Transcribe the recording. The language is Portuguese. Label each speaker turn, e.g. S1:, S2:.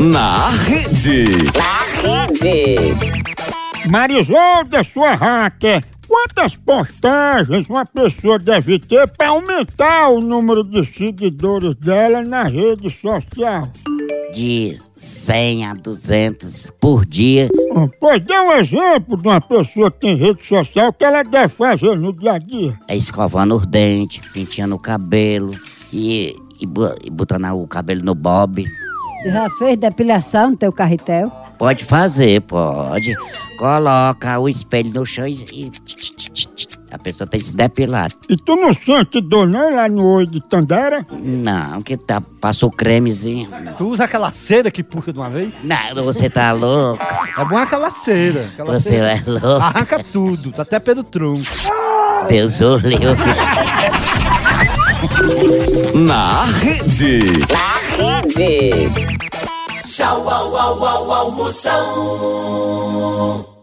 S1: Na rede.
S2: Marisolda, sua hacker, quantas postagens uma pessoa deve ter para aumentar o número de seguidores dela na rede social?
S3: de 100 a 200 por dia.
S2: Ah, Pois dê um exemplo de uma pessoa que tem rede social que ela deve fazer no dia a dia.
S3: É escovando os dentes, penteando o cabelo e, e, bo- e botando o cabelo no bob.
S4: Já fez depilação no teu carretel?
S3: Pode fazer, pode. Coloca o espelho no chão e. e a pessoa tem que se depilar.
S2: E tu não sente dor não lá no olho de Tandera?
S3: Não, que tá. Passa o cremezinho.
S5: Tu usa aquela cera que puxa de uma vez?
S3: Não, você tá louco.
S5: É bom aquela cera. Aquela
S3: Você
S5: cera.
S3: é louco.
S5: Arranca tudo, tá até pelo tronco.
S3: Deus o livre.
S1: Na rede.
S6: Tchau, au, au, au, almoção.